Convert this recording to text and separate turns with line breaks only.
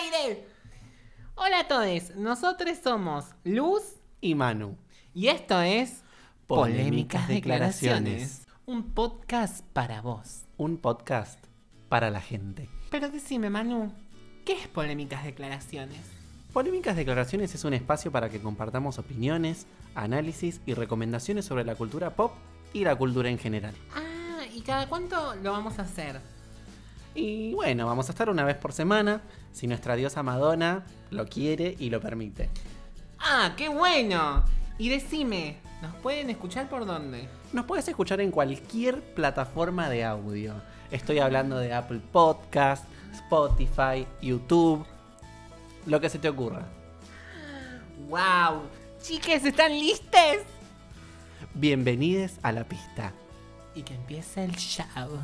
aire! Hola a todos, nosotros somos Luz
y Manu.
y esto es
Polémicas Declaraciones.
un podcast para vos.
Un podcast para la gente.
Pero decime, Manu, ¿qué es Polémicas Declaraciones?
Polémicas Declaraciones es un espacio para que compartamos opiniones, análisis y recomendaciones sobre la cultura pop y la cultura en general.
Ah, ¿y cada cuánto lo vamos a hacer?
Y bueno, vamos a estar una vez por semana, si nuestra diosa Madonna lo quiere y lo permite.
¡Ah, qué bueno! Y decime, ¿nos pueden escuchar por dónde?
Nos puedes escuchar en cualquier plataforma de audio. Estoy hablando de Apple Podcast, Spotify, YouTube, lo que se te ocurra.
¡Wow! ¡Chiques, están listes!
Bienvenidos a la pista.
Y que empiece el show.